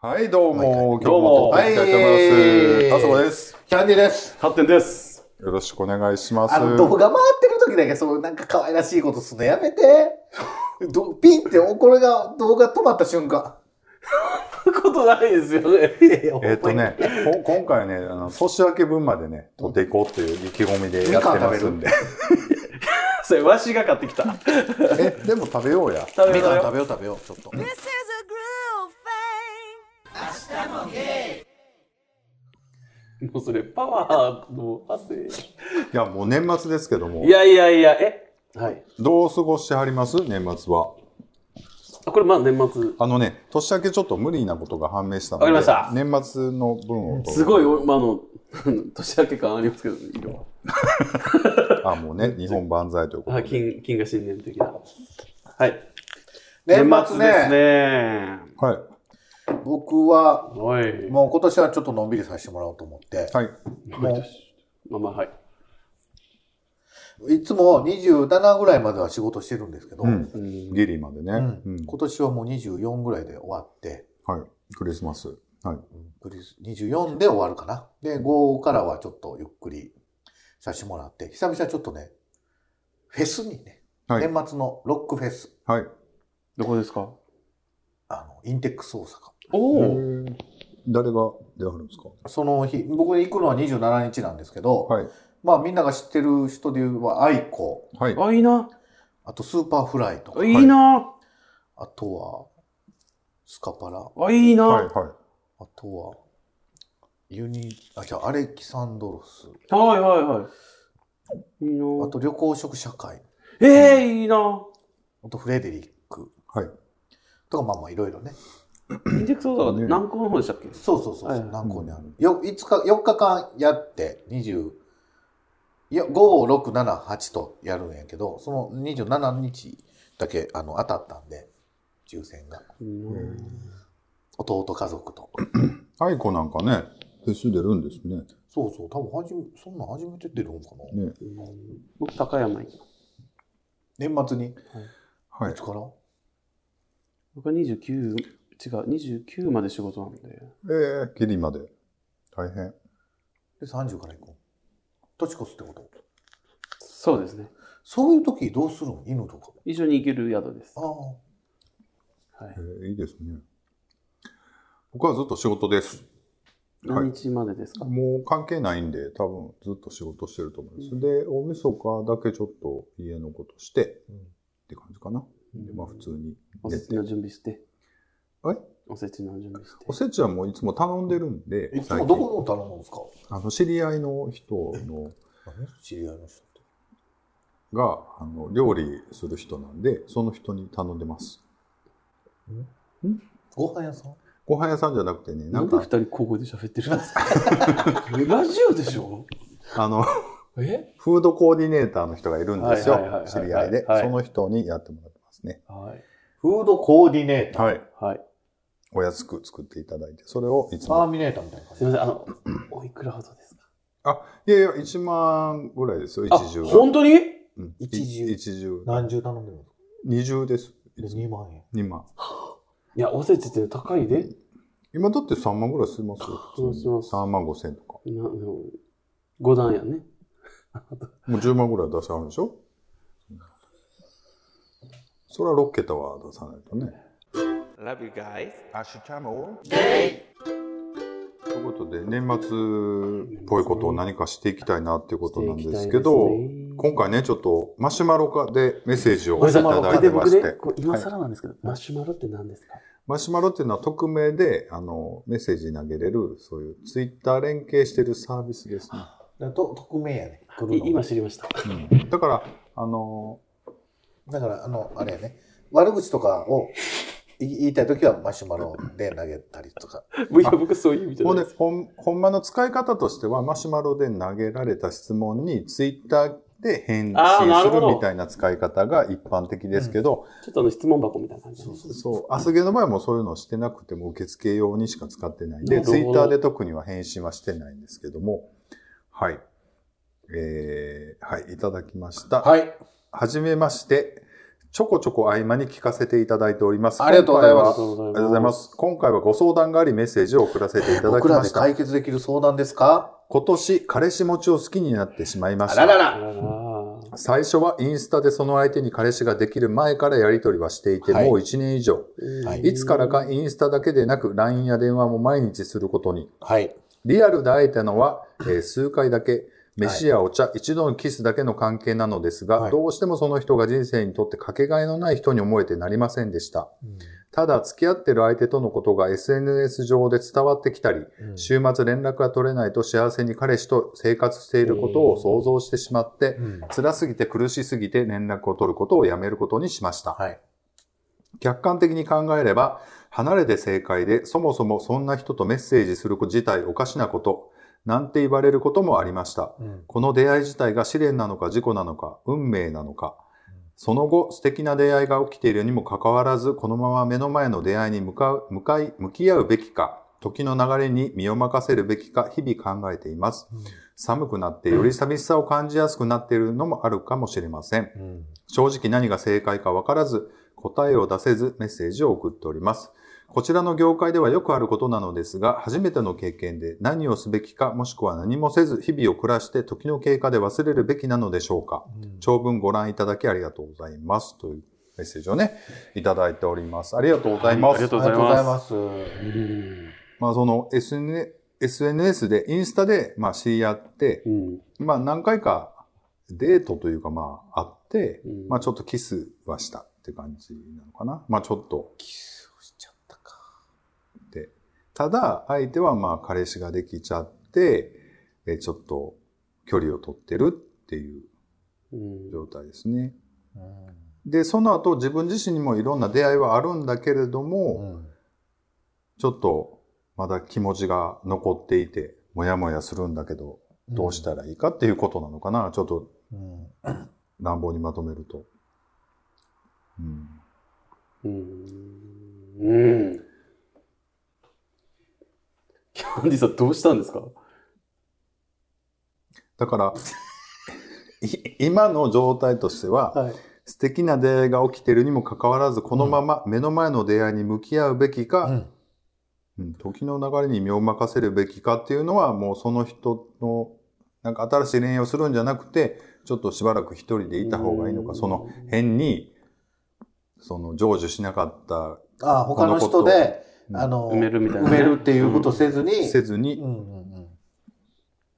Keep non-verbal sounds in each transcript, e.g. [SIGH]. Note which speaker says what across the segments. Speaker 1: はい、どうも、
Speaker 2: どうも
Speaker 1: 今日もお届けいたします。あそこです。
Speaker 3: キャンディです。
Speaker 2: 発展です。
Speaker 1: よろしくお願いします。
Speaker 3: あの、動画回ってる時だけ、そう、なんか可愛らしいことするのやめて。どピンって、おこれが動画止まった瞬間。
Speaker 2: ことないですよね。
Speaker 1: えっ、とね、こ [LAUGHS] 今回ね、あの、年明け分までね、撮っていこうっていう意気込みでやってますんで。
Speaker 2: それ、わしが買ってきた。
Speaker 1: え、でも食べようや。
Speaker 2: 食べ
Speaker 3: み
Speaker 2: よう
Speaker 3: か
Speaker 2: よ
Speaker 3: ん食べよう食べよう、ちょっと。
Speaker 4: This is a groove thing.
Speaker 2: もうそれ、パワーの汗。
Speaker 1: いや、もう年末ですけども
Speaker 2: い、やいやいや、えはい。
Speaker 1: どう過ごしてはります年末は。
Speaker 2: あこれ、まあ、年末。
Speaker 1: あのね、年明けちょっと無理なことが判明したので、
Speaker 2: わかりました
Speaker 1: 年末の分を。
Speaker 2: すごい、おまあ、あの、年明け感ありますけどね、色は。
Speaker 1: あ、もうね、日本万歳ということ
Speaker 2: あ、
Speaker 1: で。
Speaker 2: 金、金が新年的な。はい。
Speaker 3: 年末
Speaker 2: です
Speaker 3: ね、
Speaker 2: ね。
Speaker 1: はい。
Speaker 3: 僕は、
Speaker 2: おい。
Speaker 3: もう今年はちょっとのんびりさせてもらおうと思って、
Speaker 1: はい。
Speaker 3: も
Speaker 2: まあまあ、はい。
Speaker 3: う、いつも27ぐらいまでは仕事してるんですけど、
Speaker 1: う
Speaker 3: うん
Speaker 1: ん。
Speaker 2: うん
Speaker 1: ギリまでね。うん。
Speaker 3: 今年はもう24ぐらいで終わって、
Speaker 1: はい。クリスマス。はい。
Speaker 3: クリス24で終わるかな。で、5からはちょっとゆっくりさせてもらって、久々ちょっとね、フェスにね、
Speaker 1: はい
Speaker 3: 年末のロックフェス、
Speaker 1: はい。
Speaker 2: どこですか
Speaker 3: あの、インテックス大阪。
Speaker 2: お
Speaker 1: へ
Speaker 2: お。
Speaker 1: ー誰が出はるんですか
Speaker 3: その日、僕に行くのは27日なんですけど、
Speaker 1: はい。
Speaker 3: まあみんなが知ってる人で言うは、アイコ、
Speaker 1: はい。
Speaker 2: あ、いいな。
Speaker 3: あとスーパーフライと
Speaker 2: あ
Speaker 3: か、
Speaker 2: いいな。
Speaker 3: あとは、スカパラ、
Speaker 2: あ、いいな。
Speaker 1: はい。
Speaker 2: は
Speaker 1: は
Speaker 3: あとは、ユニ、あ、じゃあアレキサンドロス、
Speaker 2: いはいはい。いいな。
Speaker 3: あと旅行食社会、
Speaker 2: ええいいな。
Speaker 3: あとフレデリック
Speaker 1: い。はい。
Speaker 3: とか、まあまあいろいろね。
Speaker 2: インジェクト大阪
Speaker 1: ね
Speaker 2: って何個の方でしたっけ
Speaker 3: そうそうそうそう、
Speaker 2: はいはい
Speaker 3: 南港にある。よ、5日、4日間やって、20、よ5、6、7、8とやるんやけど、その27日だけ、あの、当たったんで、抽選が。弟家族と。
Speaker 1: アイコなんかね、フェス出るんですね。
Speaker 3: そうそう、多分初め、そんなん初めて出るんかな。
Speaker 1: ね
Speaker 2: 僕、高山行きます。
Speaker 3: 年末に。い
Speaker 1: はい
Speaker 3: つ。から
Speaker 2: 僕は29、違う、29まで仕事なんで。
Speaker 1: ええー、ギリまで。大変。
Speaker 3: で、30から行くん。年越すってこと
Speaker 2: そうですね。
Speaker 3: そういう時どうするん犬とか。
Speaker 2: 一緒に行ける宿です
Speaker 3: あ。あ。
Speaker 2: はい
Speaker 1: え。ー、いいですね。僕はずっと仕事です。はい
Speaker 2: 何日までですか
Speaker 1: もう関係ないんで、多分ずっと仕事してると思います。で、大晦日だけちょっと家のことして、
Speaker 3: うん
Speaker 1: って感じかな。でまあ普通に
Speaker 2: お
Speaker 1: 寝
Speaker 2: せち
Speaker 1: て。
Speaker 2: の準備して。
Speaker 1: え
Speaker 2: おせちの準備して
Speaker 1: お。せちはもういつも頼んでるんで、
Speaker 3: いつ
Speaker 1: 最
Speaker 3: も
Speaker 1: 近
Speaker 3: どこの頼むんですか
Speaker 1: あの知り合いの人の
Speaker 3: 何知り合いの人って。
Speaker 1: があの料理する人なんで、その人に頼んでます。
Speaker 3: ご飯屋さん
Speaker 1: ご飯屋さんじゃなくてね、な
Speaker 2: なん
Speaker 1: ん
Speaker 2: で二
Speaker 1: か、
Speaker 2: 人交互で喋ってるんですか [LAUGHS] ラジオでしょ
Speaker 1: あの、
Speaker 2: え
Speaker 1: フードコーディネーターの人がいるんですよ
Speaker 2: はいはいはいは。い
Speaker 1: 知り合いで。
Speaker 2: はい
Speaker 1: その人にやってもらってますね。
Speaker 2: はい。
Speaker 3: フードコーディネーター。
Speaker 1: はい。
Speaker 2: はい。
Speaker 1: お安く作っていただいて、それをいつ
Speaker 3: ター
Speaker 1: も。
Speaker 3: ミネーターみたいな感
Speaker 2: す
Speaker 3: じ
Speaker 2: み。ません、あ [CLEARS THROAT] の、おいくらほどですか
Speaker 1: いやいや、1万ぐらいですよ、
Speaker 2: あ、
Speaker 1: 一重が。
Speaker 2: 本当に
Speaker 1: うん
Speaker 3: 一重
Speaker 1: い一重。
Speaker 3: 何十頼んでるんで
Speaker 1: 二重です。
Speaker 3: すかで ?2 万円。
Speaker 1: 2万。
Speaker 2: いや、おせちって高いで。
Speaker 1: 今だって3万ぐらいしますよ。
Speaker 2: そうします
Speaker 1: 3万5千とか。
Speaker 2: なでも五段やね。
Speaker 1: もう10万ぐらい出してはるんでしょそれは6桁は出さないとね。
Speaker 2: Love you guys.
Speaker 1: 明日もということで、年末っぽいことを何かしていきたいなっていうことなんですけど、今回ね、ちょっとマシュマロ化でメッセージを
Speaker 2: ごめ
Speaker 1: い
Speaker 2: んなさ
Speaker 1: た
Speaker 2: い
Speaker 1: だい
Speaker 2: で
Speaker 1: てま
Speaker 2: 僕
Speaker 1: して、
Speaker 2: ね、こう今更なんですけど、マシュマロって何ですか
Speaker 1: マシュマロっていうのは匿名であのメッセージ投げれる、そういうツイッター連携してるサービスですね。
Speaker 3: だと匿名やね。来
Speaker 2: い
Speaker 3: るの
Speaker 2: 今知りました。
Speaker 1: うんだから、あの、
Speaker 3: だから、あの、あれやね。悪口とかを言い言 [LAUGHS] いたいときはマシュマロで投げたりとか。
Speaker 2: いや、僕そういう意味じゃ
Speaker 1: ほ
Speaker 2: なんい
Speaker 1: で
Speaker 2: です。
Speaker 1: ほん、ほんまの使い方としては、マシュマロで投げられた質問に、ツイッターで返
Speaker 2: あー
Speaker 1: 信
Speaker 2: な
Speaker 1: す
Speaker 2: るほ
Speaker 1: る
Speaker 2: ど
Speaker 1: みたいな使い方が一般的ですけど、
Speaker 2: ちょっとあの質問箱みたいな感じ。
Speaker 3: そうそう
Speaker 1: そう、アスゲの場合もそういうのをしてなくても、受付用にしか使ってないんで、
Speaker 2: なるほ
Speaker 1: ツ
Speaker 2: ど
Speaker 1: イッターで特には返信はしてないんですけども、はい。えー、はい、いただきました。
Speaker 3: はい。
Speaker 1: はじめまして。ちょこちょこ合間に聞かせていただいております。
Speaker 3: ありがとうございます
Speaker 1: 今回はあ
Speaker 2: う
Speaker 1: りがとうございます。今回はご相談がありメッセージを送らせていただき
Speaker 3: 僕ら
Speaker 1: ま
Speaker 3: で
Speaker 1: した。
Speaker 3: 解決できる相談ですか
Speaker 1: 今年、彼氏持ちを好きになってしまいま
Speaker 3: あ
Speaker 1: し
Speaker 3: らら
Speaker 1: た。
Speaker 2: あ
Speaker 3: ら。
Speaker 2: らら
Speaker 1: 最初はインスタでその相手に彼氏ができる前からやりとりはしていて、
Speaker 3: はい
Speaker 1: もう1年以上。
Speaker 3: はい
Speaker 1: いつからかインスタだけでなく、LINE や電話も毎日することに。
Speaker 3: はい。
Speaker 1: リアルで会えたのは、えー数回だけ、飯やお茶、一度のキスだけの関係なのですが、
Speaker 3: はい
Speaker 1: どうしてもその人が人生にとってかけがえのない人に思えてなりませんでした。ただ、付き合ってる相手とのことが SNS 上で伝わってきたり、
Speaker 3: うん
Speaker 1: 週末連絡が取れないと幸せに彼氏と生活していることを想像してしまって、
Speaker 3: うん
Speaker 1: 辛すぎて苦しすぎて連絡を取ることをやめることにしました。
Speaker 3: はい。
Speaker 1: 客観的に考えれば、離れて正解で、そもそもそんな人とメッセージする自体おかしなこと、なんて言われることもありました。
Speaker 3: うん
Speaker 1: この出会い自体が試練なのか事故なのか、運命なのか、その後、素敵な出会いが起きているにもかかわらず、このまま目の前の出会いに向かう、向かい、向き合うべきか、時の流れに身を任せるべきか、日々考えています。寒くなって、より寂しさを感じやすくなっているのもあるかもしれません。
Speaker 3: うん
Speaker 1: 正直何が正解か分からず、答えを出せずメッセージを送っております。こちらの業界ではよくあることなのですが、初めての経験で何をすべきかもしくは何もせず日々を暮らして時の経過で忘れるべきなのでしょうか。長文ご覧いただきありがとうございます。というメッセージをね、いただいております。ありがとうございま
Speaker 2: あ
Speaker 1: す。
Speaker 2: りがとう
Speaker 3: あ
Speaker 2: ござい
Speaker 3: りがとうござい
Speaker 2: ま
Speaker 3: ます。
Speaker 2: す。うん。
Speaker 1: まあその SN SNS で、インスタでまあ知り合って、
Speaker 2: うん。
Speaker 1: まあ何回かデートというかまああって、
Speaker 2: うん
Speaker 1: まあちょっとキスはしたって感じなのかな。まあちょっと。
Speaker 3: キスをしちゃったか。
Speaker 1: ただ、相手はまあ彼氏ができちゃって、えちょっと距離を取ってるっていう
Speaker 2: うん
Speaker 1: 状態ですね。
Speaker 3: う
Speaker 1: で、その後自分自身にもいろんな出会いはあるんだけれども、
Speaker 3: ん。
Speaker 1: ちょっとまだ気持ちが残っていて、もやもやするんだけど、どうしたらいいかっていうことなのかな。ちょっと
Speaker 3: うん
Speaker 1: 乱暴にまとめると。うん。
Speaker 2: うん。うん。キャンディさんどうしたんですか
Speaker 1: だから、い今の状態としては、
Speaker 2: はい。
Speaker 1: 素敵な出会いが起きてるにもかかわらず、このまま目の前の出会いに向き合うべき
Speaker 3: う
Speaker 1: か、
Speaker 3: ん
Speaker 1: うん時の流れに身を任せるべきかっていうのは、もうその人の、なんか新しい恋愛をするんじゃなくて、ちょっとしばらく一人でいた方がいいの
Speaker 2: う
Speaker 1: か、
Speaker 2: ん
Speaker 1: その変に、その成就しなかっ
Speaker 3: ああ他の人で、
Speaker 1: うん
Speaker 3: あの、
Speaker 2: 埋めるみたいな
Speaker 3: 埋
Speaker 2: ね。
Speaker 3: めるっていうことせず
Speaker 1: た
Speaker 3: に、
Speaker 1: せず
Speaker 3: う
Speaker 1: に、
Speaker 3: んうんうん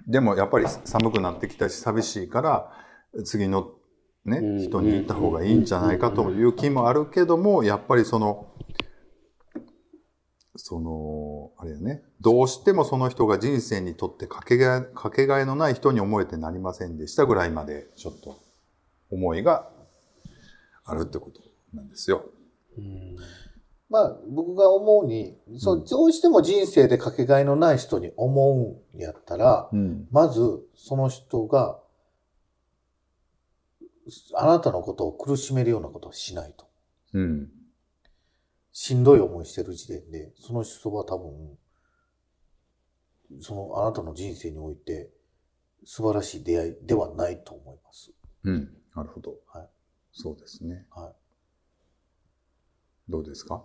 Speaker 1: でもやっぱり寒くなってきたし寂しいから、次の
Speaker 2: うん
Speaker 1: ね、人に行った方がいいんじゃないかという気もあるけども、やっぱりその、その、あれやね、どうしてもその人が人生にとってかけがえ、かけがえのない人に思えてなりませんでしたぐらいまで、ちょっと思いがあるってことなんですよ。
Speaker 2: うん
Speaker 3: まあ、僕が思うに、そうう、
Speaker 1: ん
Speaker 3: どうしても人生でかけがえのない人に思うんやったら、
Speaker 1: うん。
Speaker 3: まず、その人が、あなたのことを苦しめるようなことをしないと。
Speaker 1: うん。
Speaker 3: しんどい思いしてる時点で、その人は多分、そのあなたの人生において、素晴らしい出会いではないと思います。
Speaker 1: うん。なるほど。
Speaker 3: はい
Speaker 1: そうですね。
Speaker 3: は
Speaker 1: どうですか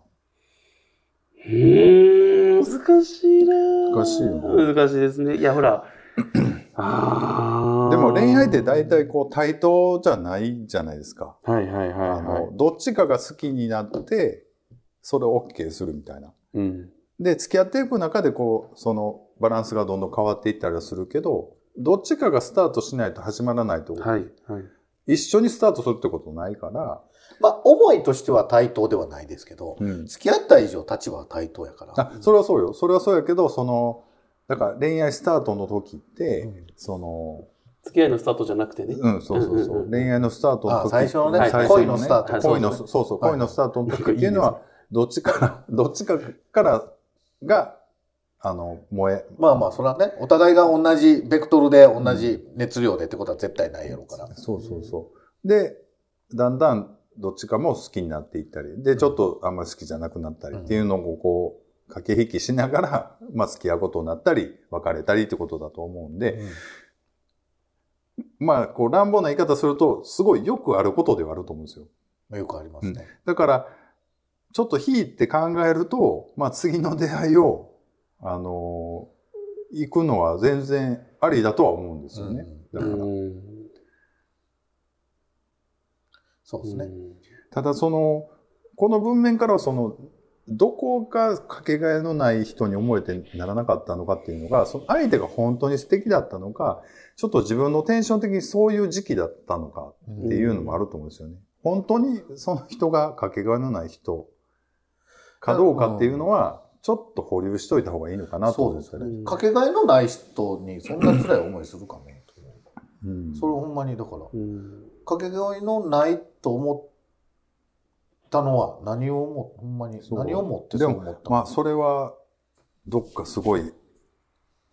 Speaker 2: うーん、難しいなぁ
Speaker 1: 難しいよね
Speaker 2: 難しいですね。いや、
Speaker 1: [CLEARS THROAT]
Speaker 2: ほら。あー
Speaker 1: でも恋愛って大体こう対等じゃないじゃないですか。
Speaker 2: はいはいはい、
Speaker 1: あ
Speaker 2: はい
Speaker 1: の、どっちかが好きになって、それを OK するみたいな。
Speaker 2: うん。
Speaker 1: で、付き合っていく中でこう、そのバランスがどんどん変わっていったりはするけど、どっちかがスタートしないと始まらないと、
Speaker 2: はいはい。
Speaker 1: 一緒にスタートするってことないから、
Speaker 3: まあ、思いとしては対等ではないですけど、
Speaker 1: うん
Speaker 3: 付き合った以上立場は対等やから。
Speaker 1: あ、それはそうよ。それはそうやけど、その、だから恋愛スタートの時って、
Speaker 3: うん
Speaker 1: その、
Speaker 2: 付き合いのスタートじゃなくてね。
Speaker 1: うん、そうそうそう
Speaker 2: うんうんう。ん
Speaker 1: 恋愛のスタートの時
Speaker 3: あ最初のね
Speaker 1: 最
Speaker 2: 恋
Speaker 3: のスタート
Speaker 1: ね恋の、そうそう、
Speaker 3: はい
Speaker 1: 恋のスタートの時っていうのは、どっちから、 [LAUGHS] どっちかからが、あの、燃え、
Speaker 3: まあまあ、それはね、お互いが同じベクトルで、同じ熱量でってことは絶対ないやろうから。
Speaker 1: そうそうそう。で、だんだんどっちかも好きになっていったり、で、ちょっとあんまり好きじゃなくなったりっていうのをこう、駆け引きしながら、 [LAUGHS] まあ付き合うことになったり、別れたりってことだと思うんで、まあ、こう、乱暴な言い方すると、すごいよくあることではあると思うんですよ。
Speaker 3: まあよくありますね。
Speaker 1: だから、ちょっとひいって考えると、まあ次の出会いを、あのー行くのは全然ありだとは思うんですよね。
Speaker 3: うん
Speaker 1: だから
Speaker 2: ん
Speaker 3: そうですね。
Speaker 1: ただその、この文面からはその、どこがかけがえのない人に思えてならなかったのかっていうのが、その相手が本当に素敵だったのか、ちょっと自分のテンション的にそういう時期だったのか
Speaker 3: うん
Speaker 1: っていうのもあると思うんですよね。本当にその人がかけがえのない人かどうかっていうのは、ちょっと保留しといた方がいいのかなと思うんですよね。
Speaker 2: うん
Speaker 3: かけがえのない人にそんな辛い思いするかね。
Speaker 1: うん
Speaker 3: それほんまにだから、
Speaker 2: うん
Speaker 3: かけがえのないと思ったのは何を思ほんまに
Speaker 1: そう
Speaker 3: 何を思ってそう思ったの
Speaker 1: まあ、それは、どっかすごい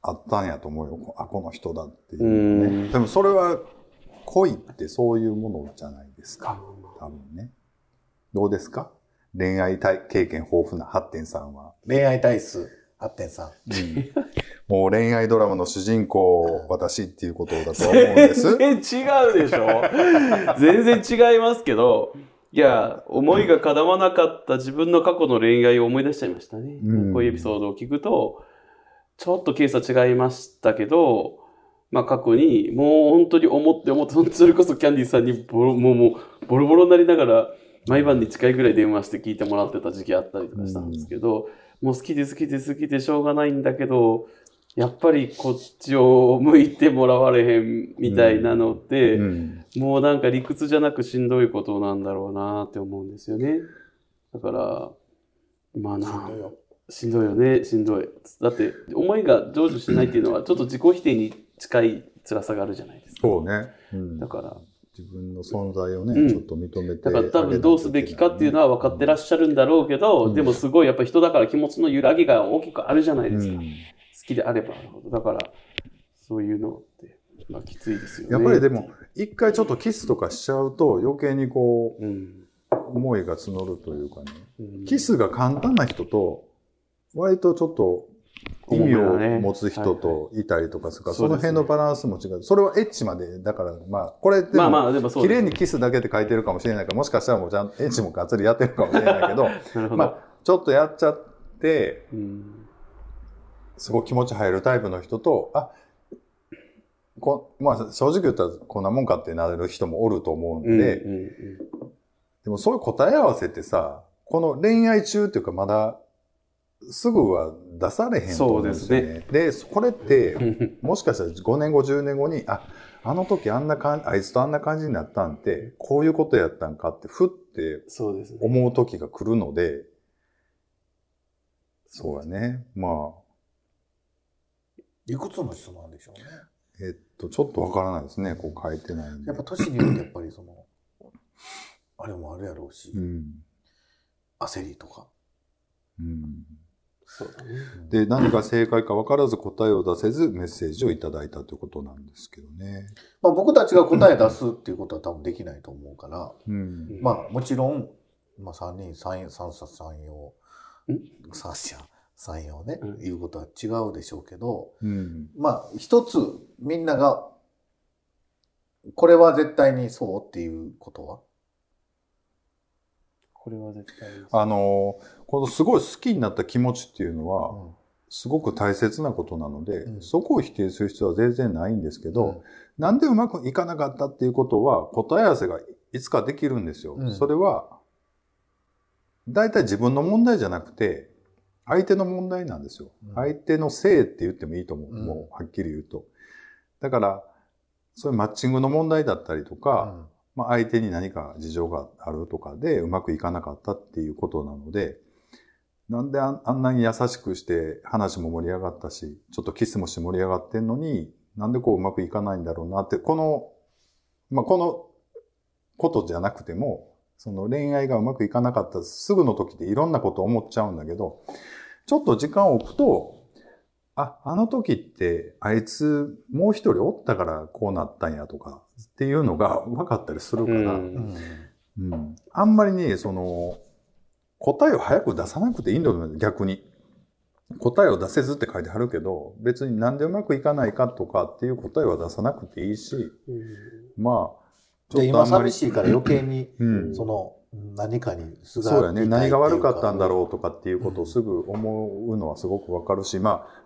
Speaker 1: あったんやと思うよ。こあ、この人だっていううね。
Speaker 2: ん
Speaker 1: でもそれは、恋ってそういうものじゃないですか。多分ね。どうですか恋愛体経験豊富なハッテンさん [LAUGHS] は。
Speaker 3: 恋愛体数8.3。
Speaker 1: もう恋愛ドラマの主人公、私っていうことだと思うんです。
Speaker 2: 全然違うでしょ全然違いますけどいや思いがかなわなかった自分の過去の恋愛を思い出しちゃいましたね、
Speaker 1: うん
Speaker 2: こういうエピソードを聞くとちょっとケースは違いましたけどまあ過去にもう本当に思って思って本当それこそキャンディーさんにボロもうもうボロボロになりながら毎晩に近いぐらい電話して聞いてもらってた時期あったりとかしたんですけど、もう好きで好きで好きでしょうがないんだけどやっぱりこっちを向いてもらわれへんみたいなのって、
Speaker 1: うん
Speaker 2: もうなんか理屈じゃなくしんどいことなんだろうなって思うんですよね。だから、まあな、しんどいよね、しんどい。だって、思いが成就しないっていうのは、ちょっと自己否定に近い辛さがあるじゃないですか。
Speaker 1: そうね。うん
Speaker 2: だから、
Speaker 1: 自分の存在をね、
Speaker 2: うん
Speaker 1: ちょっと認めて
Speaker 2: だから多分どうすべきかっていうのは分かってらっしゃるんだろうけど、
Speaker 1: うん
Speaker 2: でもすごいやっぱ人だから気持ちの揺らぎが大きくあるじゃない
Speaker 1: ゃ
Speaker 2: ですか。好
Speaker 1: ん
Speaker 2: きであればあるほど。だから、そういうのって、まあきついですよね。
Speaker 1: やっぱりでも、、一回ちょっとキスとかしちゃうと、余計にこ
Speaker 2: うん。
Speaker 1: う、思いが募るというかね。
Speaker 2: うん
Speaker 1: キスが簡単な人と、割とちょっと、意味を持つ人といたりとかするから、
Speaker 2: そ
Speaker 1: そう
Speaker 2: で
Speaker 1: の
Speaker 2: すね
Speaker 1: 辺のバランスも違う。それはエッチまで、だから、まあ、これで
Speaker 2: まあ
Speaker 1: も、
Speaker 2: まあ、でもそう
Speaker 1: 綺
Speaker 2: です
Speaker 1: 麗にキスだけって書いてるかもしれないから、もしかしたらもうちゃんとエッチもがっつりやってるかもしれないけ
Speaker 2: [LAUGHS]
Speaker 1: ど、
Speaker 2: なるほど。
Speaker 1: まあ、ちょっとやっちゃって、
Speaker 2: うん
Speaker 1: すごい気持ち入るタイプの人と、あ、こまあ正直言ったらこんなもんかってなる人もおると思うんで、
Speaker 2: うんうんうん
Speaker 1: でもそういう答え合わせってさ、この恋愛中っていうかまだすぐは出されへんと思うんですよね。でこれってもしかしたら5年後、10年後に、あ、あの時あんなかん、あいつとあんな感じになったんって、こういうことやったんかって、ふって
Speaker 2: そうですね。
Speaker 1: 思う時が来るので、そうやね。まあ、
Speaker 3: いくつの質問でしょうね。
Speaker 1: えっと、ちょっとわからないですね。こう書いてないんで。
Speaker 3: やっぱ年によってやっぱりその、あれもあるやろうし、
Speaker 1: うん。
Speaker 3: 焦りとか。
Speaker 1: うん。
Speaker 2: そうだね。
Speaker 1: で、何が正解か分からず答えを出せずメッセージをいただいたということなんですけどね。
Speaker 3: まあ僕たちが答え出すっていうことは多分できないと思うから、
Speaker 1: うん。
Speaker 3: まあもちろん、まあ3人、3、三者三様、三者三様ね、
Speaker 2: うん
Speaker 3: いうことは違うでしょうけど、
Speaker 1: うん。
Speaker 3: まあ一つみんなが、これは絶対にそうっていうことは、
Speaker 2: これは絶対です
Speaker 1: あのーこのすごい好きになった気持ちっていうのは、
Speaker 3: うん
Speaker 1: すごく大切なことなので、
Speaker 3: うん
Speaker 1: そこを否定する必要は全然ないんですけど、なんでうまくいかなかったっていうことは、答え合わせがいつかできるんですよ。
Speaker 3: うん
Speaker 1: それは、大体自分の問題じゃなくて、相手の問題なんですよ。
Speaker 3: うん
Speaker 1: 相手のせいって言ってもいいと思う。
Speaker 3: うん
Speaker 1: もう、はっきり言うと。だから、そういうマッチングの問題だったりと
Speaker 3: う
Speaker 1: か、
Speaker 3: ん
Speaker 1: まあ、相手に何か事情があるとかでうまくいかなかったっていうことなので、なんであんあんなに優しくして話も盛り上がったし、ちょっとキスもして盛り上がってんのに、なんでこううまくいかないんだろうなって、この、まあ、このことじゃなくても、その恋愛がうまくいかなかったすぐの時でいろんなこと思っちゃうんだけど、ちょっと時間を置くと、あ、あの時って、あいつもう一人おったからこうなったんやとかっていうのが分かったりするから、
Speaker 2: うん
Speaker 3: うん
Speaker 1: うんあんまりね、その、答えを早く出さなくていいんだよ、逆に。答えを出せずって書いてあるけど、別になんでうまくいかないかとかっていう答えは出さなくていいし、
Speaker 2: うん
Speaker 1: まあ、
Speaker 3: で今寂
Speaker 1: い。
Speaker 3: しいから余計に、
Speaker 1: うん。
Speaker 3: その何かにすが
Speaker 1: そうやね。
Speaker 3: りた
Speaker 1: 何
Speaker 3: いってい
Speaker 1: が
Speaker 3: う
Speaker 1: 悪かったんだろうとかっていうことをすぐ思うのはすごくわかるし、まあ、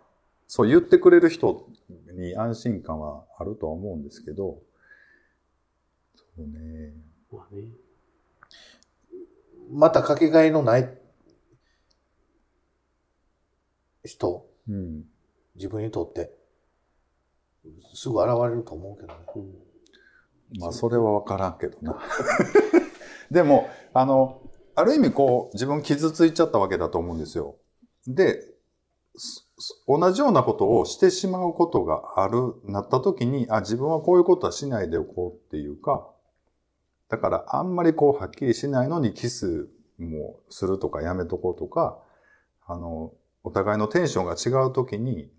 Speaker 1: そう言ってくれる人に安心感はあるとは思うんですけど、そうね。
Speaker 2: まあね、
Speaker 3: またかけがえのない人、
Speaker 1: うん。
Speaker 3: 自分にとって、すぐ現れると思うけどね。
Speaker 2: うん
Speaker 1: まあ、それはわからんけどな。 [LAUGHS] でも、あの、ある意味こう、自分傷ついちゃったわけだと思うんですよ。で、すす同じようなことをしてしまうことがある、なった時に、あ、自分はこういうことはしないでおこうっていうか、だからあんまりこう、はっきりしないのにキスもするとかやめとこうとか、あの、お互いのテンションが違う時に、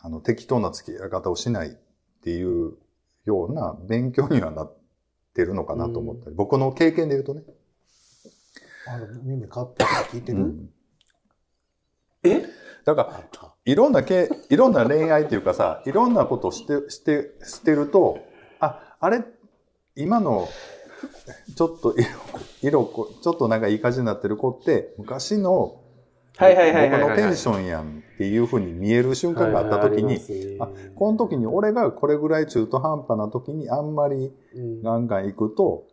Speaker 1: あの、適当な付き合い方をしないっていうような勉強にはなってるのかなと思ったり、僕の経験で言うとね。
Speaker 3: あの耳かっぱ聞いてる、
Speaker 1: うん
Speaker 2: え
Speaker 1: だから、
Speaker 3: あった。
Speaker 1: いろんなけ、 [LAUGHS] いろんな恋愛っていうかさ、いろんなことをして、して、してると、あ、あれ、今の、ちょっと色、色こ、ちょっとなんかいい感じになってる子って、昔の、
Speaker 2: はいはいはいはいはいはい
Speaker 1: 僕のテンションやんっていうふうに見える瞬間があった時に、あこの時に俺がこれぐらい中途半端な時にあんまりガンガン行くと、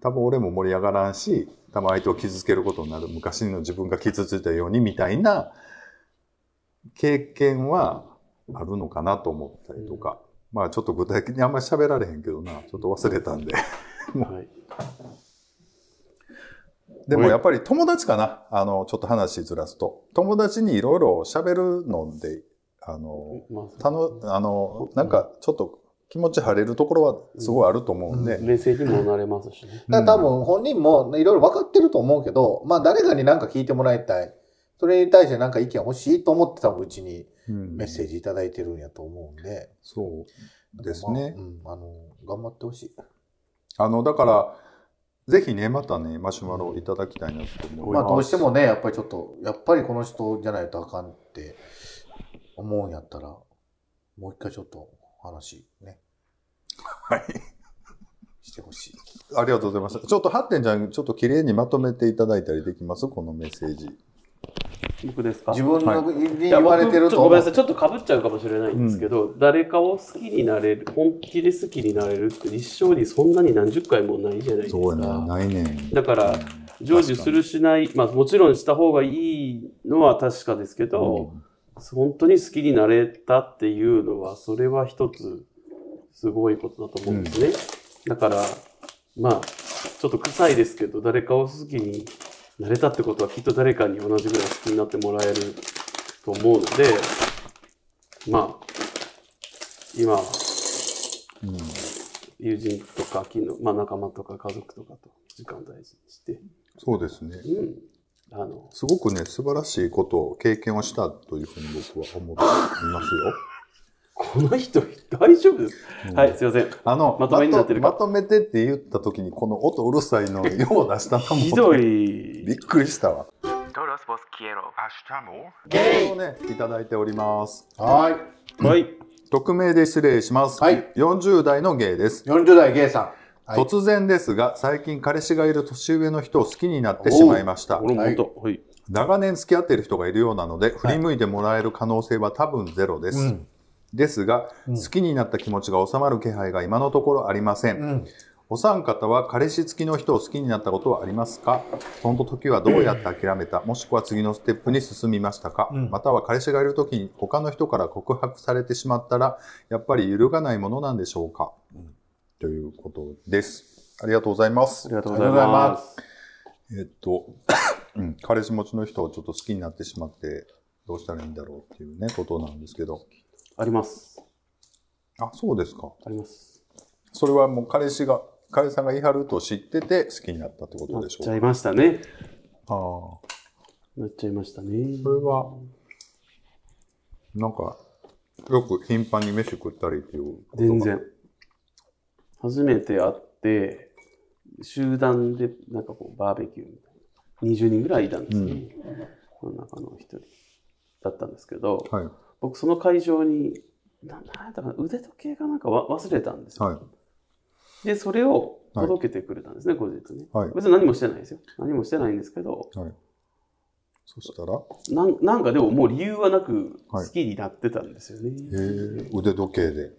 Speaker 1: 多分俺も盛り上がらんし、多分相手を傷つけることになる。昔の自分が傷ついたようにみたいな経験はあるのかなと思ったりとか。まあちょっと具体的にあんまり喋られへんけどな。ちょっと忘れたんで。
Speaker 2: はい、
Speaker 1: でもやっぱり友達かな。あの、ちょっと話ずらすと。友達にいろいろ喋るので、あの、
Speaker 2: まあ、
Speaker 1: たの、あの、なんかちょっと気持ち晴れるところはすごいあると思うんで。
Speaker 2: 冷静にもなれますしね。
Speaker 3: だから多分本人もいろいろ分かってると思うけど、まあ誰かに何か聞いてもらいたい。それに対して何か意見欲しいと思って多分うちに
Speaker 1: うん
Speaker 3: メッセージいただいてるんやと思うんで。
Speaker 1: そうですね。
Speaker 3: まあうん、あの、頑張ってほしい。
Speaker 1: あの、だから、ぜひね、またね、マシュマロをいただきたいなと思いま
Speaker 3: まあ
Speaker 1: す。
Speaker 3: どうしてもね、やっぱりちょっと、やっぱりこの人じゃないとあかんって思うんやったら、もう一回ちょっと話ね、
Speaker 1: はい。
Speaker 3: してほしい。
Speaker 1: ありがとうございました。ちょっと、ハッテンちゃん、ちょっと綺麗にまとめていただいたりできますこのメッセージ。
Speaker 2: 僕ですか
Speaker 3: 自分
Speaker 1: は
Speaker 3: の
Speaker 1: い
Speaker 3: に
Speaker 2: いや
Speaker 3: 言われて
Speaker 2: 僕
Speaker 3: る
Speaker 2: ちょっ
Speaker 3: と
Speaker 2: ご
Speaker 3: 思
Speaker 2: めん
Speaker 3: う
Speaker 2: なさい、ちょっとかぶっちゃうかもしれないんですけど、誰かを好きになれる、本気で好きになれるって、一生にそんなに何十回もないじゃないです
Speaker 1: そうやな、
Speaker 2: か。
Speaker 1: ないねん。
Speaker 2: だから、成就するしない、まあ、もちろんした方がいいのは確かですけど、本当に好きになれたっていうのは、それは一つ、すごいことだと思うんですね。だから、まあ、ちょっと臭いですけど、誰かを好きになれたってことは、きっと誰かに同じぐらい好きになってもらえると思うので、まあ、今、
Speaker 1: うん。うん
Speaker 2: 友人とか、昨日まあ、仲間とか家族とかと時間を大事にして、
Speaker 1: そうですね。
Speaker 2: うん。あの、
Speaker 1: すごくね、素晴らしいことを経験をしたというふうに僕は思っていますよ。
Speaker 2: [LAUGHS] この人、大丈夫です。
Speaker 1: うん
Speaker 2: はい、すいません。
Speaker 1: あの、
Speaker 2: まとめになってるか
Speaker 1: まとまとめてって言った時に、この音うるさいのよう出したなもん
Speaker 2: ひど
Speaker 1: びっ
Speaker 2: い。
Speaker 1: くりしたわ。
Speaker 5: Todos vos quiero. Hasta luego.
Speaker 1: ゲイをね、いただいております。
Speaker 3: はい。
Speaker 2: はい。
Speaker 1: 匿名で失礼します。
Speaker 3: はい
Speaker 1: 40代のゲイです。
Speaker 3: 40代ゲイさん。はい。
Speaker 1: 突然ですが、最近彼氏がいる年上の人を好きになってしまいました。
Speaker 2: 俺も本当、はい。
Speaker 1: 長年付き合っている人がいるようなので、振り向いてもらえる可能性は多分ゼロです。
Speaker 3: うん。
Speaker 1: ですが、
Speaker 3: うん
Speaker 1: 好きになった気持ちが収まる気配が今のところありません。
Speaker 3: うん。
Speaker 1: お三方は彼氏付きの人を好きになったことはありますかその時はどうやって諦めた、もしくは次のステップに進みましたか、
Speaker 3: うん
Speaker 1: または彼氏がいる時に他の人から告白されてしまったら、やっぱり揺るがないものなんでしょうか、
Speaker 3: ん
Speaker 1: ということです。ありがとうございます。
Speaker 2: ありがとう
Speaker 3: う
Speaker 2: ご
Speaker 3: ご
Speaker 2: ざい
Speaker 3: ざい
Speaker 2: ま。
Speaker 3: ます
Speaker 1: えっと、うん彼氏持ちの人をちょっと好きになってしまって、どうしたらいいんだろうっていうね、ことなんですけど。
Speaker 2: あります。
Speaker 1: あ、そうですか。
Speaker 2: あります。
Speaker 1: それはもう彼氏が、彼氏さんが言い張ると知ってて好きになったってこ
Speaker 2: な
Speaker 1: と
Speaker 2: っ
Speaker 1: でしょう
Speaker 2: ち
Speaker 1: か
Speaker 2: ゃいましたね。
Speaker 1: ああ。
Speaker 2: なっちゃいましたね。
Speaker 1: それは、なんか、よく頻繁に飯食ったりっていうことが
Speaker 2: 全。然。初めて会って、集団で、なんかこう、バーベキューみたいな。20人ぐらいいたんですね。この中の一人だったんですけど、
Speaker 1: はい。
Speaker 2: 僕その会場に、ななんやったかな、腕時計がなんかわ忘れたんですよ。
Speaker 1: はい。
Speaker 2: で、それを
Speaker 1: はい
Speaker 2: 届けてくれたんですね、後日ね。
Speaker 1: はい
Speaker 2: 別に何もしてないですよ。何もしてないんですけど、
Speaker 1: そしたら、
Speaker 2: なんなんかでももう理由はなく
Speaker 1: はい
Speaker 2: 好きになってたんですよね。
Speaker 1: えー、腕時計で。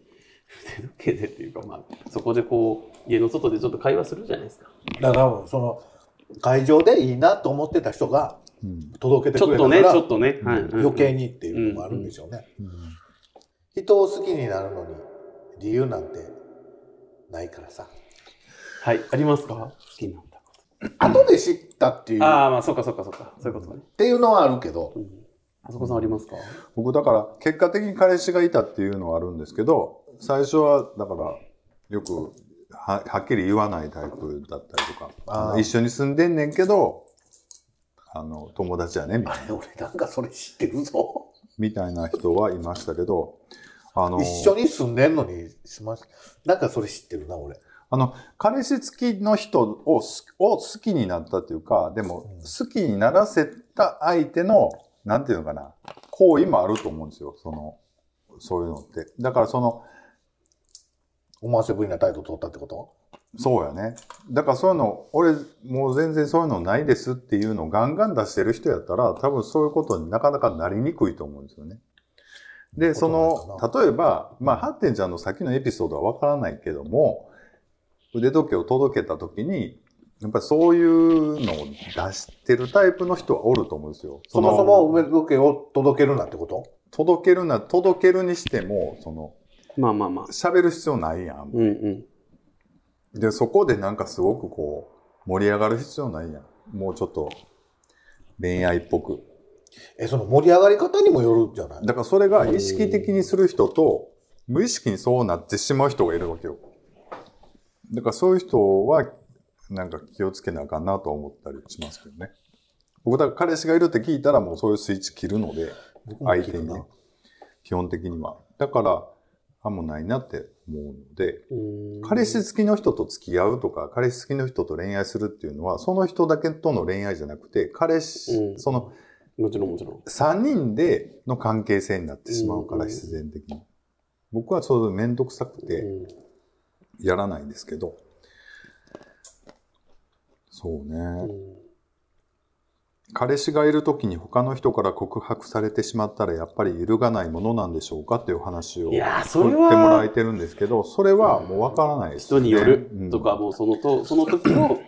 Speaker 2: 手時計でっていうか、まあ、そこでこう、家の外でちょっと会話するじゃないですか。
Speaker 3: だから多分その会場でいいなと思ってた人が
Speaker 1: うん。
Speaker 3: 届け
Speaker 2: ち
Speaker 3: て
Speaker 2: ょ
Speaker 3: く
Speaker 2: っ
Speaker 3: れ
Speaker 2: とね、
Speaker 3: たか
Speaker 2: ち
Speaker 3: ら、
Speaker 2: ょっとね、はいうん
Speaker 3: 余計にっていうのもあるんでしょうね、
Speaker 1: うん
Speaker 3: 人を好きになるのに理由なんてないからさ
Speaker 2: はい、ありますか好きになったこ
Speaker 3: 後で知ったっていう
Speaker 2: と。
Speaker 3: っ
Speaker 2: ああ、まあ、そうかそうかそうか。そういうことね。
Speaker 3: ていうのはあるけど
Speaker 2: うんあそこさんありますか
Speaker 1: 僕だから結果的に彼氏がいたっていうのはあるんですけど最初はだからよくははっきり言わないタイプだったりとか
Speaker 3: あー
Speaker 1: あの一緒に住んでんねんけどあの友達やねみたい
Speaker 3: あ
Speaker 1: な
Speaker 3: れ [LAUGHS] 俺なんかそれ知ってるぞ
Speaker 1: みたいな人はいましたけどあの
Speaker 3: 一緒に住んでんのにしましなんかそれ知ってるな俺
Speaker 1: あの彼氏付きの人をすを好きになったっていうかでも
Speaker 3: うん
Speaker 1: 好きにならせた相手のなんていうのかな行為もあると思うんですよそのそういうのってだからその
Speaker 3: 思わせぶりな態度取ったってこと
Speaker 1: そうやね。だからそういうの、俺、もう全然そういうのないですっていうのをガンガン出してる人やったら、多分そういうことになかなかなりにくいと思うんですよね。で、その、例えば、まあ、ハッテンちゃんの先のエピソードはわからないけども、腕時計を届けた時に、やっぱりそういうのを出してるタイプの人はおると思うんですよ。
Speaker 3: そも
Speaker 1: の
Speaker 3: そも梅時計を届けるなってこと
Speaker 1: 届けるな、届けるにしても、その、
Speaker 2: まあまあまあ。
Speaker 1: 喋る必要ないやん。
Speaker 2: うんうん。
Speaker 1: で、そこでなんかすごくこう、盛り上がる必要ないやん。もうちょっと、恋愛っぽく。
Speaker 3: えその盛り上がり方にもよるんじゃない
Speaker 1: だからそれが意識的にする人と、無意識にそうなってしまう人がいるわけよ。だからそういう人は、なんか気をつけなあかんなと思ったりしますけどね。僕、だから彼氏がいるって聞いたらもうそういうスイッチ切るので、
Speaker 3: 僕も
Speaker 1: 相
Speaker 3: 聞
Speaker 1: 手
Speaker 3: く
Speaker 1: にね
Speaker 3: な。
Speaker 1: 基本的には。だから、あんもないなって思うので、
Speaker 2: うん
Speaker 1: 彼氏付きの人と付き合うとか、彼氏付きの人と恋愛するっていうのは、その人だけとの恋愛じゃなくて、彼氏、
Speaker 2: うん
Speaker 1: その
Speaker 2: もちろんもちろん。
Speaker 1: 3人での関係性になってしまうか
Speaker 2: う
Speaker 1: ら、
Speaker 2: ん
Speaker 1: 必然的に。僕はそういう面倒くさくて
Speaker 2: うん
Speaker 1: やらないんですけど。そうね。彼氏がいる時に他の人から告白されてしまったら、やっぱり揺るがないものなんでしょうかっていう話を
Speaker 2: い
Speaker 1: 振
Speaker 2: やー、
Speaker 1: って
Speaker 2: それ
Speaker 1: もらえ
Speaker 2: は
Speaker 1: てるんですけど、それはもうわからないです
Speaker 2: 人
Speaker 1: ね
Speaker 2: による
Speaker 1: うん
Speaker 2: とか、もうそのと、その時の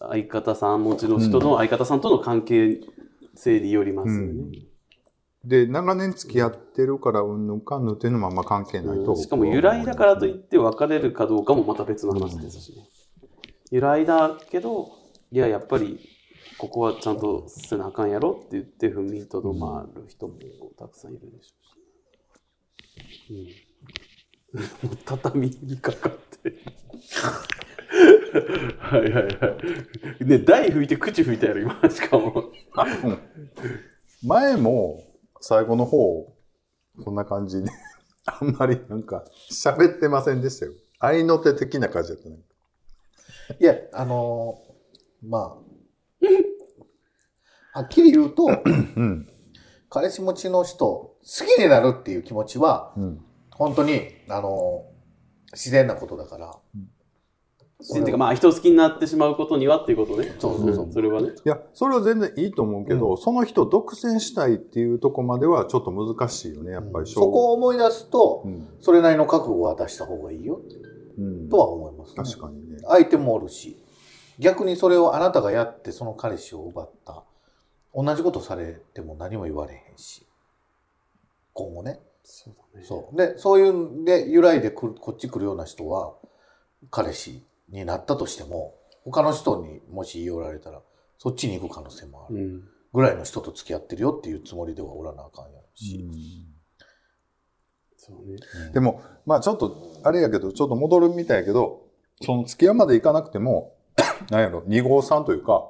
Speaker 2: 相方さん、持ちの人の相方さんとの関係性によりますよね。
Speaker 1: で、長年付き合ってるから、うんぬんかんぬんっていうのもあんま関係ないと、
Speaker 2: しかも由来だからといって別れるかどうかもまた別の話ですしね。由来だけど、いや、やっぱり、ここはちゃんとせなあかんやろって言って踏みとどまる人もたくさんいるでしょうし。うん、も [LAUGHS] う畳にかかって。 [LAUGHS] はいはいはい。ね、台拭いて口拭いたやろ、今、しかも。
Speaker 1: うん前も、最後の方、こんな感じで、 [LAUGHS] あんまりなんか、喋ってませんでしたよ。愛の手的な感じだったね。
Speaker 3: いや、あのーまあ、はっきり言うと、
Speaker 1: うん。
Speaker 3: 彼氏持ちの人、好きになるっていう気持ちは、
Speaker 1: うん。
Speaker 3: 本当に、あのー自然なことだから。
Speaker 2: っていうか、まあ、人を好きになってしまうことにはっていうことね。
Speaker 3: そうそうそう
Speaker 2: それはね。
Speaker 1: いや、それは全然いいと思うけど、その人独占したいっていうとこまではちょっと難しいよね、やっぱり。
Speaker 3: そこを思い出す
Speaker 1: う
Speaker 3: と、
Speaker 1: ん。
Speaker 3: それなりの覚悟は出した方がいいよ、
Speaker 1: うん。
Speaker 3: とは思います、ね。
Speaker 1: 確かにね。
Speaker 3: 相手もおるし、逆にそれをあなたがやって、その彼氏を奪った。同じことされても何も言われへんし。今後ね。
Speaker 2: そうだね
Speaker 3: そう。で、そういうんで、由来でくるこっち来るような人は、彼氏になったとしても、他の人にもし言い寄られたら、そっちに行く可能性もある。
Speaker 2: うん
Speaker 3: ぐらいの人と付き合ってるよっていうつもりではおらなあかんやろ
Speaker 1: う
Speaker 3: し。
Speaker 1: ん
Speaker 2: そうね。
Speaker 1: でも、まあちょっと、あれやけど、ちょっと戻るみたいやけど、その付き合いまで行かなくても、 [COUGHS] なんやろ、2号さんというか、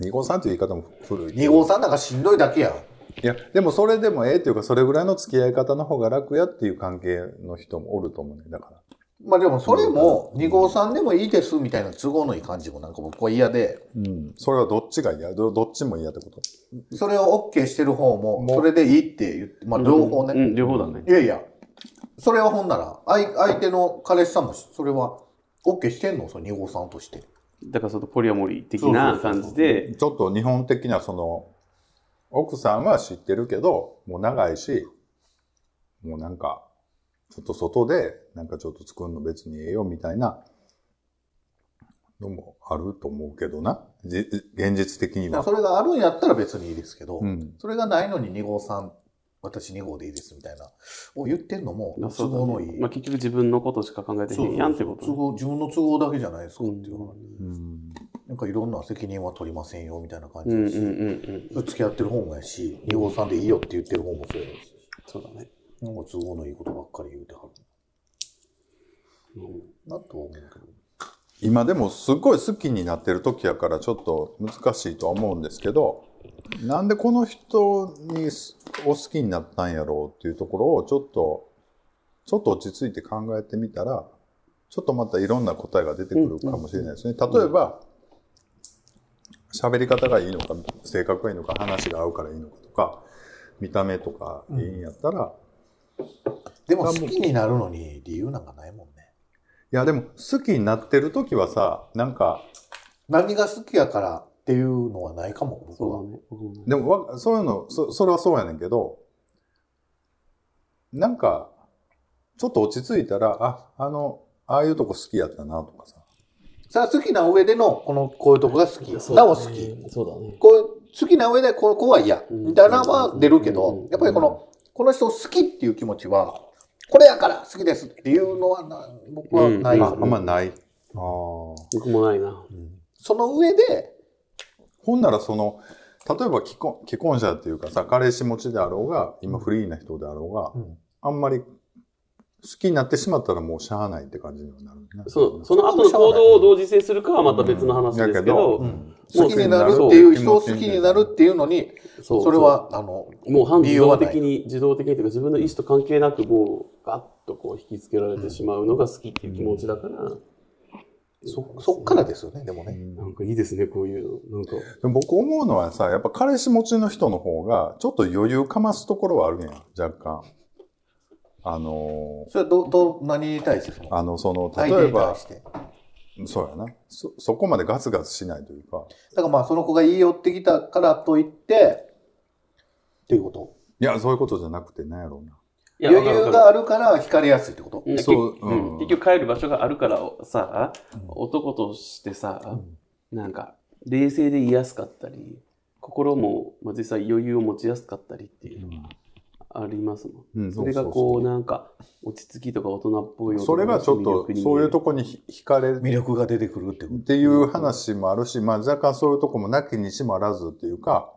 Speaker 1: 2号さんという言い方も古い。
Speaker 3: 二号さんなんかしんどいだけやん。
Speaker 1: いや、でもそれでもええというか、それぐらいの付き合い方の方が楽やっていう関係の人もおると思うね。だから。
Speaker 3: まあでもそれも二号さんでもいいですみたいな都合のいい感じもなんか僕は嫌で、
Speaker 1: うん。それはどっちが嫌どどっちも嫌ってこと。
Speaker 3: それを OK してる方も、
Speaker 1: もう
Speaker 3: それでいいって言って、まあ両方ね。
Speaker 2: うんうん両方だね
Speaker 3: い。やいや、それはほんなら、相相手の彼氏さんもそれは OK してんのその2号さんとして。
Speaker 2: だからそのポリアモリー的な感じで、
Speaker 1: ちょっと日本的なその奥さんは知ってるけどもう長いしもうなんかちょっと外でなんかちょっと作るの別にええよみたいなのもあると思うけどなじ現実的に
Speaker 3: だから
Speaker 1: は
Speaker 3: そ。れがあるんやったら別にいいですけど、
Speaker 1: うん、
Speaker 3: それがないのに2号さん、私2号でいいですみたいな、を言ってんのも
Speaker 2: まあそうだ
Speaker 3: 都
Speaker 2: ね
Speaker 3: 合のいい。
Speaker 2: まあ、結局自分のことしか考えてへんやんってこと
Speaker 3: そうそうそう都合自分の都合だけじゃないですかっていう、
Speaker 1: うん
Speaker 3: なんかいろんな責任は取りませんよみたいな感
Speaker 2: う
Speaker 3: じ
Speaker 2: んうん
Speaker 3: だ
Speaker 2: うん
Speaker 3: し、
Speaker 2: うん。
Speaker 3: 付き合ってる方もやし、2号さんでいいよって言ってる方もそうやし、
Speaker 2: そうだね。
Speaker 3: なんか都合のいいことばっかり言うてはるなとは思うけど。
Speaker 1: 今でもすごい好きになってる時やからちょっと難しいとは思うんですけどなんでこの人にすを好きになったんやろうっていうところをちょっとちょっと落ち着いて考えてみたらちょっとまたいろんな答えが出てくるかもしれないですね。例えば喋り方がいいのか性格がいいのか話が合うからいいのかとか見た目とかいいんやったら、い
Speaker 3: でも好きになるのに理由なんかないもんね。
Speaker 1: やでも好きになってる時はさなんか
Speaker 3: 何が好きやからっていうのはないかも、僕は。
Speaker 2: そうだね。
Speaker 1: でもわ、そういうの、そそれはそうやねんけど、なんか、ちょっと落ち着いたら、あ、あの、ああいうとこ好きやったなとかさ。
Speaker 3: それは好きな上での、この、こういうとこが好き。なお好き。。
Speaker 6: そうだね。
Speaker 3: こう、好きな上で、この子は嫌。
Speaker 2: うん
Speaker 3: みたいなのは出るけ
Speaker 2: うん
Speaker 3: ど、やっぱりこの、この人を好きっていう気持ちは、これやから好きですっていうのはな、僕はない
Speaker 2: うん
Speaker 1: あ
Speaker 3: か
Speaker 1: あ
Speaker 3: も
Speaker 1: んまない。ああ。ほ
Speaker 2: 僕もないな。
Speaker 3: その上で、
Speaker 1: んならその、例えば既婚既婚者っていうかさ、彼氏持ちであろうが、今フリーな人であろうが、
Speaker 3: うん
Speaker 1: あんまり好きになってしまったらもうしゃあないって感じにはなるね、
Speaker 2: そのその後の行動をどう実践するかはまた別の話ですけど、
Speaker 1: う
Speaker 3: うんん
Speaker 2: もう
Speaker 3: 好きになるっていう人を好きになるっていうのに、
Speaker 2: そう
Speaker 3: それは、あの、
Speaker 2: もう半自
Speaker 3: 理由
Speaker 2: 動
Speaker 3: はない
Speaker 2: 的に、自動的にというか自分の意思と関係なく、もうガッとこう引きつけられてしまうのが好きっていう気持ちだから、
Speaker 3: そ、そっからですよね、でもね。
Speaker 2: なんかいいですね、こういうの。なんか、
Speaker 1: でも僕思うのはさ、やっぱ彼氏持ちの人の方が、ちょっと余裕かますところはあるんや、若干。あの
Speaker 3: それはど、ど、何に対してその
Speaker 1: ー、あの、その、
Speaker 3: 相手
Speaker 1: 例え
Speaker 3: に対
Speaker 1: ば、
Speaker 3: して。だ
Speaker 1: そうやな。そ、そこまでガツガツしないというか。
Speaker 3: からまあ、その子が言い寄ってきたからといって、っていうこと。
Speaker 1: いや、そういうことじゃなくて、なんやろうな。
Speaker 2: い
Speaker 3: 余裕が
Speaker 2: あ
Speaker 3: あるから惹かれやすいってこと
Speaker 2: る
Speaker 1: そう
Speaker 2: う
Speaker 1: うん
Speaker 2: ん、結局帰る場所があるからさ、男としてさ、なんか、冷静で言いやすかったり、心も、まあ、実際余裕を持ちやすかったりっていうのがありますもん。
Speaker 1: うん、
Speaker 2: それがこう、
Speaker 1: な
Speaker 2: なんか、落ち着きとか大人っぽい
Speaker 1: それがちょっと、そういうと
Speaker 2: こ
Speaker 1: こにひ惹かれる
Speaker 3: 魅力が出てくるってこ
Speaker 1: っていう話もあるし、まあ若干そういうとこもなきにしもあらずっていうか、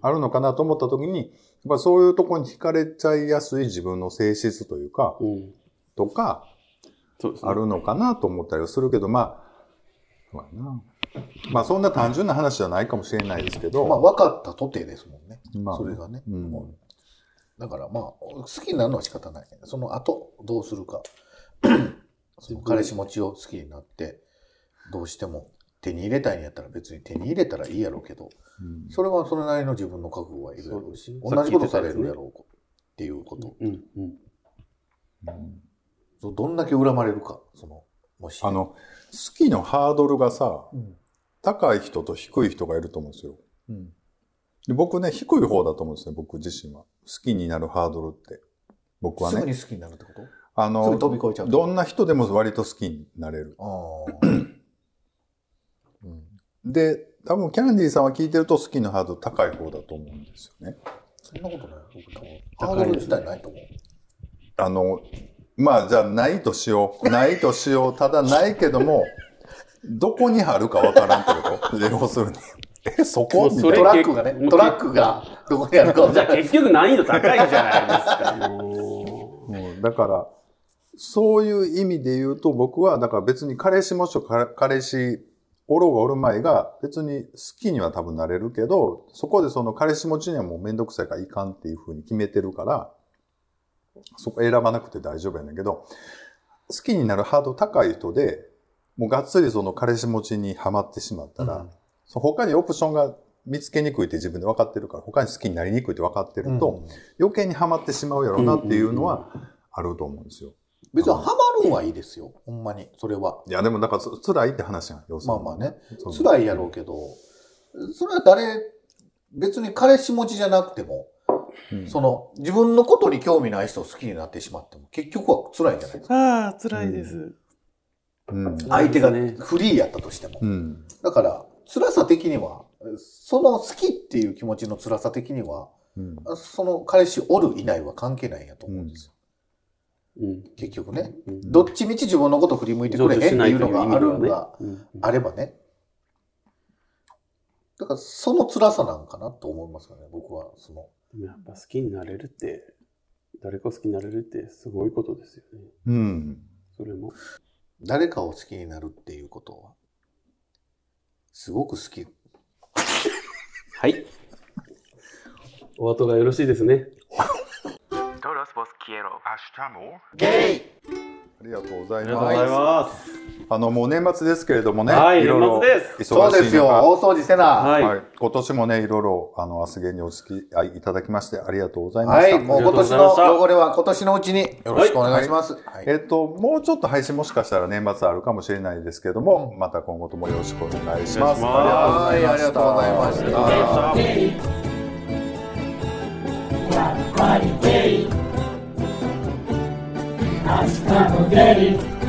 Speaker 1: あるのかなと思った時に、やっぱそういうとこに惹かれちゃいやすい自分の性質というか、
Speaker 2: うん。
Speaker 1: とか、
Speaker 2: そうですね
Speaker 1: あるのかなと思ったりはするけど、まあ、そうやなまあそんな単純な話じゃないかもしれないですけ
Speaker 3: と
Speaker 1: ど、
Speaker 3: まあ、分かったとてですもんね。
Speaker 1: まあ
Speaker 3: それがね。
Speaker 1: うん
Speaker 3: もうだからまあ、好きになるのは仕方ない。その後、どうするか。その彼氏持ちを好きになって、どうしても手に入れたいんやったら別に手に入れたらいいやろうけど、
Speaker 1: うん
Speaker 3: それはそれなりの自分の覚悟はいるやろうし、
Speaker 2: そう
Speaker 3: 同じことされるやろうっていうこと。
Speaker 2: うんうん。
Speaker 3: そうどんだけ恨まれるか、その、もし。
Speaker 1: あの、好きのハードルがさ、
Speaker 3: うん、
Speaker 1: 高い人と低い人がいると思うんですよ。
Speaker 3: うん
Speaker 1: で僕ね、低い方だと思うんですね、僕自身は。好きになるハードルって。僕は
Speaker 3: すぐ
Speaker 1: ね。
Speaker 3: に好きになるってこと
Speaker 1: あ
Speaker 3: す
Speaker 1: の
Speaker 3: ぐ、飛び越えちゃうってこと
Speaker 1: どんな人でも割と好きになれる。
Speaker 3: ああ。うん
Speaker 1: で、多分キャンディーさんは聞いてると好きのハードル高い方だと思うんですよね。
Speaker 3: そんなことない。僕多分
Speaker 2: 高い
Speaker 3: ハードル自体ないと思う。
Speaker 1: あの、まあじゃあないとしよ
Speaker 2: [LAUGHS]
Speaker 1: う。ないとしよう。ただないけども、どこに貼るかわからんって
Speaker 2: [LAUGHS]
Speaker 1: こと要するに。え、そ
Speaker 2: も
Speaker 1: こ
Speaker 2: う
Speaker 1: みた
Speaker 2: そ
Speaker 1: い
Speaker 2: れ
Speaker 1: な
Speaker 3: トラックがね、トラックがどこにあるかわ
Speaker 2: じ
Speaker 3: か
Speaker 2: ゃ
Speaker 3: ん
Speaker 2: あ
Speaker 3: ない。
Speaker 2: 結局難易度高いじゃないですか。も
Speaker 1: うんだから、そういう意味で言うと僕は、だから別に彼氏もしくは彼氏、おろうがおる前が別に好きには多分なれるけど、そこでその彼氏持ちにはもうめんどくさいからいかんっていうふうに決めてるから、そこ選ばなくて大丈夫やねんけど、好きになるハードル高い人で、もうがっつりその彼氏持ちにはまってしまったら、
Speaker 3: うん
Speaker 1: その他にオプションが見つけにくいって自分で分かってるから、他に好きになりにくいって分かってると、
Speaker 3: うん
Speaker 1: 余計にはまってしまうやろうなっていうのはあると思うんですよ。
Speaker 3: 別にハマるんはいいですよ。ほんまに、それは。
Speaker 1: いや、でもなんかそ、辛いって話が、要
Speaker 3: まあまあね。
Speaker 1: そう
Speaker 3: 辛いやろうけど、それは誰、別に彼氏持ちじゃなくても、
Speaker 1: うん
Speaker 3: その、自分のことに興味ない人を好きになってしまっても、結局は辛いじゃないですか。
Speaker 2: ああ、辛いです。
Speaker 1: うん。
Speaker 3: 相手が
Speaker 2: ね
Speaker 3: フリーやったとしても
Speaker 1: う。ん。
Speaker 3: だから、辛さ的には、その好きっていう気持ちの辛さ的には、
Speaker 1: うん。
Speaker 3: その彼氏おる以内は関係ないんやと思うんですよ。
Speaker 2: うん。
Speaker 3: 結局ね。
Speaker 2: うん
Speaker 3: どっちみち自分のこと振り向いてくれへんっていうのがあるのが
Speaker 2: うん
Speaker 3: あればね。だからその辛さなんかなと思いますよね、僕は。その、
Speaker 2: やっぱ好きになれるって、誰かを好きになれるってすごいことですよね。
Speaker 1: うん。
Speaker 2: それも。
Speaker 3: 誰かを好きになるっていうことは、すごく好き。
Speaker 2: はい。お後がよろしいですね。
Speaker 5: Todos vos quiero. Hasta amor.
Speaker 3: ゲイ
Speaker 1: ありがとうござい
Speaker 3: ありがとうござい
Speaker 1: ます。
Speaker 2: ます。
Speaker 1: あの、もう年末ですけれどもね。
Speaker 2: はい
Speaker 1: ろろ
Speaker 2: 年末で
Speaker 3: そう
Speaker 1: 忙
Speaker 3: で
Speaker 1: しい
Speaker 3: すよ、
Speaker 1: 中。
Speaker 3: 大掃除せな。は
Speaker 2: はい。
Speaker 1: はい。今年もね、いろいろ、あの、明日芸にお付き合いいただきまして、ありがとうござい
Speaker 3: い、
Speaker 1: ました。
Speaker 3: もう今年の汚れは今年のうちによろしくお願いします。はい
Speaker 1: えっと、もうちょっと配信もしかしたら年末あるかもしれないですけれども、また今後ともよろしくお願いします。
Speaker 3: は
Speaker 1: あり
Speaker 3: い、
Speaker 1: が
Speaker 3: あり
Speaker 1: と
Speaker 3: が
Speaker 1: う
Speaker 3: とうご
Speaker 1: ござ
Speaker 3: ざ
Speaker 1: い
Speaker 3: い
Speaker 1: ま
Speaker 3: ま
Speaker 1: し。
Speaker 3: したた。
Speaker 6: Hasta luego.